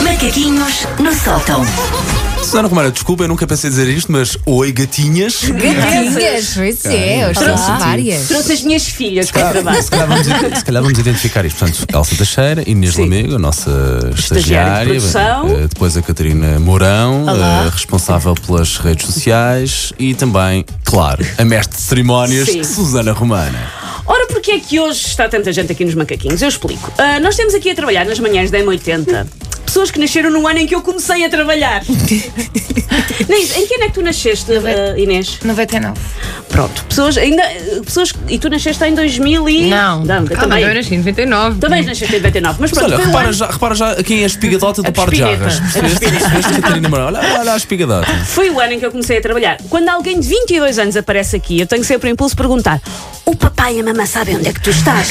Macaquinhos no sótão. Susana Romana, desculpa, eu nunca pensei dizer isto, mas oi, gatinhas. Gatinhas, pois é, hoje são várias. Trouxe as minhas filhas para o Ah, trabalho. se, calhar vamos, se calhar vamos identificar isto. Portanto, Elsa Teixeira, Inês Lamego, a nossa estagiária, de produção. eh, depois a Catarina Mourão, eh, responsável pelas redes sociais, e também, claro, a mestre de cerimónias, Sim. Susana Romana. Ora, porque é que hoje está tanta gente aqui nos macaquinhos? Eu explico. Ah, nós temos aqui a trabalhar nas manhãs da M80 pessoas que nasceram no ano em que eu comecei a trabalhar. Inês, em que ano é que tu nasceste, ah, Inês? 99. Pronto, pessoas ainda. pessoas, e tu nasceste em 2000 e. Não. Não, eu Calma, também. eu nasci em 99. Também nasceste em 99, mas Mas pronto, olha, foi um repara ano- já, repara já quem é a espigadota do par de despineta. jarras. A Percebeste? Percebeste, Catarina Mourão? Olha, olha a espigadota. Foi o ano em que eu comecei a trabalhar. Quando alguém de 22 anos aparece aqui, eu tenho sempre o impulso de perguntar: o papai e a mamãe sabem onde é que tu estás?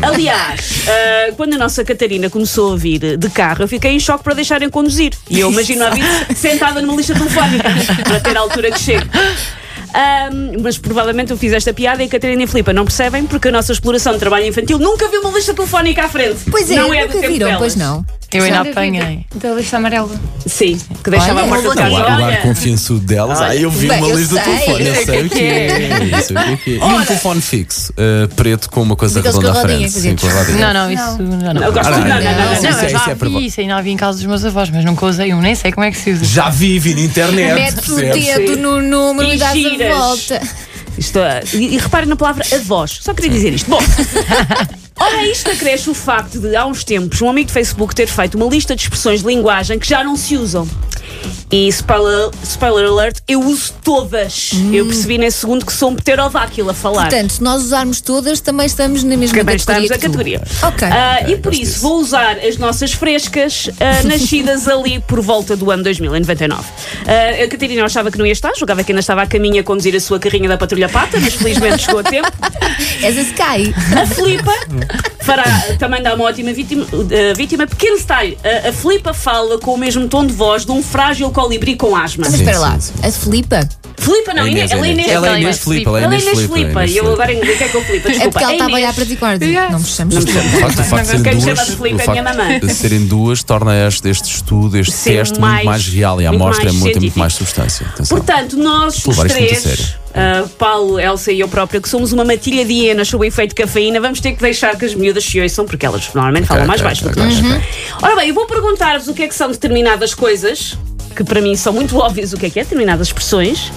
Aliás, ah, quando a nossa Catarina começou a vir de carro, eu fiquei em choque para deixarem conduzir. E eu imagino a vir sentada numa lista telefónica para ter a altura que chego. Ah, mas provavelmente eu fiz esta piada e a Catarina e a Filipa não percebem porque a nossa exploração de trabalho infantil nunca viu uma lista telefónica à frente. Pois é, não é do nunca tempo viram, delas. pois não. Eu ainda Já devia apanhei. ter- Então, Da lista amarela. Sim, que deixava Olha, a porta vou de casa. O ar, o ar um Olha. confiançudo delas. Ah, eu vi Bem, uma eu lista do sei. telefone. Eu sei o que é. Eu sei o que é. E um telefone fixo, eh, preto com uma coisa Daqueles redonda à com rodinha, frente. quer dizer, Sim, com a rodinha. Não, não, isso já não. Eu gosto Ah, de não, não, não, não, Não, isso é- eu isso já é para vi bo- isso ainda havia em casa dos meus avós, mas nunca usei um, nem sei como é que se usa. Já vi, vi na internet. Metes o percebes? dedo no número e E dás a giras. volta. Isto é- e, e repare na palavra avós. Só queria dizer isto. Bom, ora, isto acresce o facto de, há uns tempos, um amigo de Facebook ter feito uma lista de expressões de linguagem que já não se usam. E spoiler, spoiler alert, eu uso todas. Eu percebi nesse segundo que sou um pterodáquilo a falar. Hum. Portanto, se nós usarmos todas, também estamos na mesma Também categoria. estamos na que tu. categoria. Ok. Ah, e por gosto isso disso. vou usar as nossas frescas ah, nascidas ali por volta do ano 2099. Ah, a Catarina eu achava que não ia estar, julgava que ainda estava a caminho a conduzir a sua carrinha da Patrulha Pata, mas felizmente chegou a tempo. És a Sky. A Filipa fará, também dá uma ótima vítima, eh, vítima. pequeno detalhe: a, a Filipa fala com o mesmo tom de voz de um frágil colibri com asma. Mas Sim, espera lá, sim, a É Filipa Filipa não, Inês, ela é Inês. Ela é Inês Inês Filipe. Ela é Ela é Inês Inês Filipe. Filipe. ela é E Inês eu Filipe. agora enganei que é com a Filipa. é porque Desculpa. ela estava a olhar Inês. para ti guarda. Não me chames. Não me O facto, o facto de serem Quem chama duas, de Filipe o é minha mamãe. facto de serem duas torna este, este estudo, este Ser teste muito mais- mais real e a muito amostra é mais muito, tem muito científico. mais substância. Atenção. Portanto, nós os levar isto muito a três, sério. ah, Paulo, Elsa e eu própria, que somos uma matilha de hienas sob o efeito de cafeína, vamos ter que deixar que as miúdas se ouçam, porque elas normalmente falam mais ok, baixo Uhum. do ok, que nós. Ora bem, eu vou perguntar-vos o que é que são determinadas coisas, que para mim são muito óbvias o que é que é, determinadas expressões,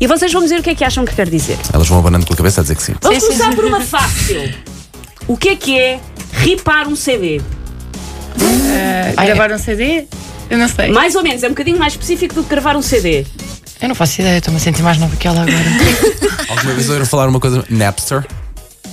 e vocês vão dizer o que é que acham que quer dizer. Elas vão abanando com a cabeça a dizer que sim. Vamos Sim, sim, começar sim. por uma fácil. O que é que é ripar um CD? Ah, Gravar um CD? Eu não sei. Mais ou menos, é um bocadinho mais específico do que gravar um CD. Eu não faço ideia, estou-me a sentir mais nova que ela agora. Alguma vez ouviram falar uma coisa? Napster?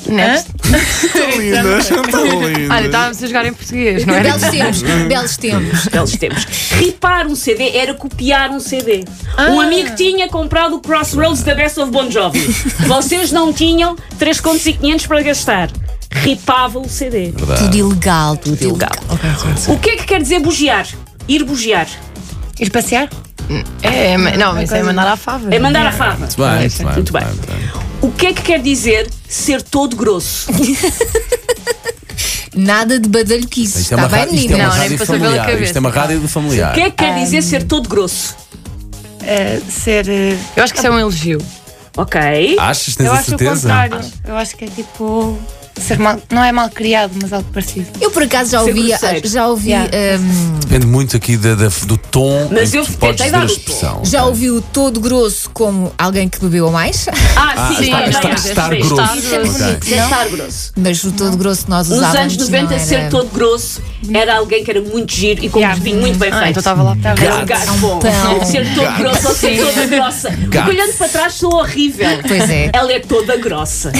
Né? Tá Lindas, tão Olha, estávamos a jogar em português, não era? Belos tempos, Hum. belos tempos. Belos tempos. Ripar um CD era copiar um CD. Um Ah. amigo tinha comprado o Crossroads da Best of Bon Jovi. Vocês não tinham 3,500 para gastar. Ripava o CD. Tudo ilegal, tudo ilegal. O que é que quer dizer bugiar? Ir bugiar. Ir passear? É, é, ma- não, isso é mandar à fava. É mandar a fava. Muito bem, muito bem. Muito bem. muito bem. O que é que quer dizer ser todo grosso? Nada de badalhoquices. Isto é Está uma, bem, ra- isto é menina? uma Não, nem rádio passou pela familiar. cabeça. Isto é uma rádio do O familiar. que é que Ah. quer dizer ser todo grosso? Eh, ser. Eu acho que isso é um elogio. Ok. Achas? Tens a certeza? Eu acho que é tipo. Ser mal, não é mal criado, mas algo parecido. Eu por acaso já Ser ouvi, grosseiro. já ouvi, Yeah. hum, Depende muito aqui da- da- do tom Mas em eu que tu podes tentei ver a dar o tom. expressão. já ouvi o todo grosso como alguém que bebeu a mais, Ah, sim, está- também está- acho. estar Sim, grosso. estar grosso. Ok. Dizer Estar grosso. mas o todo grosso nós Nos usávamos. anos 90, não era- ser todo grosso era alguém que era muito giro e com um vinho muito bem Ah, feito. então estava lá. Estava Era um lá. gato bom. pão. Ser todo grosso ou ser toda grossa. Porque olhando para trás sou horrível. Pois é. Ela é toda grossa.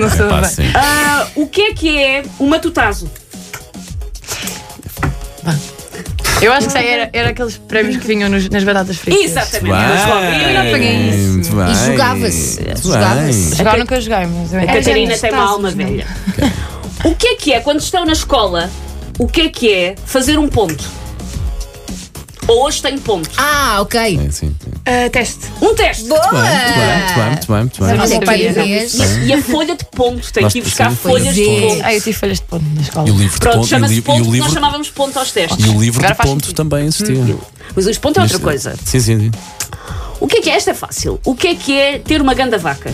Não sou Pá, bem. sim. Ah, o que é que é um matutazo? Eu acho que isso aí era, era aqueles prémios que vinham nos- nas batatas fritas. Exatamente. Mas, bom, eu não apanhei. apanhei Bem, isso. muito bem. E jogava-se. Muito Jogava-se. bem. Jogar nunca joguei, mas eu A Catarina tem uma alma não. velha. O que é que é quando estão na escola? O que é que é fazer um ponto? Ou hoje tenho ponto. Ah, ok. Sim, sim. Ah, teste. Um teste. Boa! Muito bem, muito bem, muito bem, muito bem. Mas Olha, não que sabia. vez. E a folha de ponto, tem Nós que ir buscar precisamos de folhas de folhas de ponto. ponto. Ah, eu tive folhas de ponto na escola. E o livro Pronto, de ponto, e chama-se o, li- e ponto, o nós livro, chamávamos ponto aos testes. e o livro Agora de faz ponto sentido. também é existia. Mas os ponto é outra Isto- coisa. Sim, sim, sim. O que é que é esta é fácil? O que é que é ter uma ganda vaca?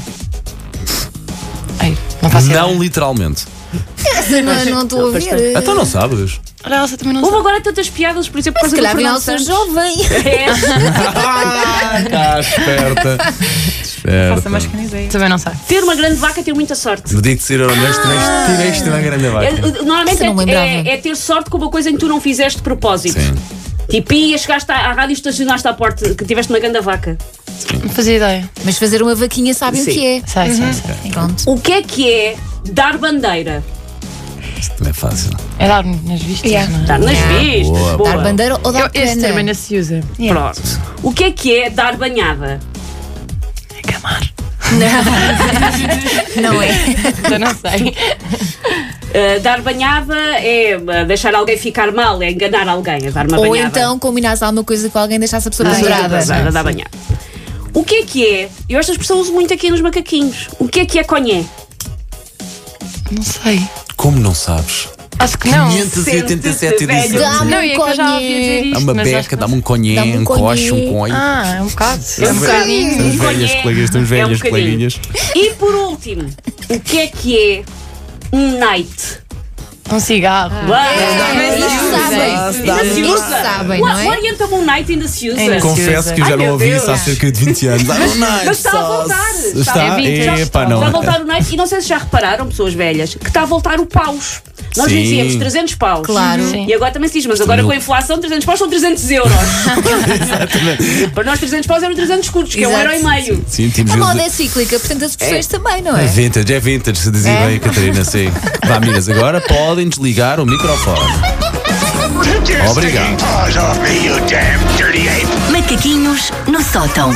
Ai, não faço ideia. Não literalmente. Não não estou a Pois ver. Então não sabes. Olha, Elsa também não Houve agora tantas piadas, por exemplo, por Se causa do calhar afinal Fernando sou Santos. jovem. É. Ah, cá, esperta. Faça mais Esperta. pequena ideia. Também não sei. Ter uma grande vaca é ter muita sorte. Dedico de ser honesto, Ah. mas tirei-te uma grande É, vaca. normalmente Essa não é, lembrava. é- é ter sorte com uma coisa em que tu não fizeste de propósito. Sim. Tipo, ia chegaste à, à rádio e estacionaste à porta que tiveste uma ganda vaca. Não fazia ideia. Mas fazer uma vaquinha sabem o Sim. que é. Sei, Uhum. sei, sei. Pronto. O que é que é dar bandeira? Isto também é fácil. É dar-me nas vistas, Yeah. não é? Dar nas vistas. boa, boa. Dar bandeira ou Eu- dar Este termo é ainda cana? se usa. Pronto. O que é que é dar banhada? É camar. Não é. Eu não sei. Uh, dar banhada é uh, deixar alguém ficar mal, é enganar alguém, é dar uma Ou banhada. então combinar alguma coisa com alguém deixar-se a pessoa Uma coisa pendurada. é. pesada, dar banhada. O que é que é? Eu esta expressão uso muito aqui nos macaquinhos. O que é que é conhé? Não sei. Como não sabes? Acho que não. Sente-te velho. edições. Dá-me Não, é que eu já um ouvi dizer conhe. Há isto. uma mas acho beca, que não dá-me um conhé, Dá-me um um coche, um conhe. conhe. Ah, é um bocado. É um bocadinho. Estamos Conhe. velhas colegas, estamos É um velhas bocadinho. coleguinhas. E por último, o que é que é um night? Um cigarro. Ah, é. Uau! Isso sabem. Ainda se Isso usa. sabem, um não Uau, é? orienta-me um night ainda se usa. Ainda se Confesso que eu Ai, já não meu ouvi isso há Deus. cerca de 20 anos. Ah, não, não, Mas está a só- voltar. Está, É vintage. é, pá, Está a não. voltar o Nike e não sei se já repararam, pessoas velhas, que está a voltar o paus. Nós Sim. dizíamos 300 paus. Uhum. Claro. Sim. E agora também se diz, mas agora com a inflação, 300 paus são 300 euros. Para nós, 300 paus eram 300 escudos, que é um Exato. euro e meio. Sim, temos A moda de- é cíclica, portanto as pessoas também, não É é? vintage, é vintage, se dizia É? bem a Catarina, sim. Vá, meninas, agora podem desligar o microfone. Take your Obrigado. stinking paws off me, you damn dirty ape! Macaquinhos no sótão.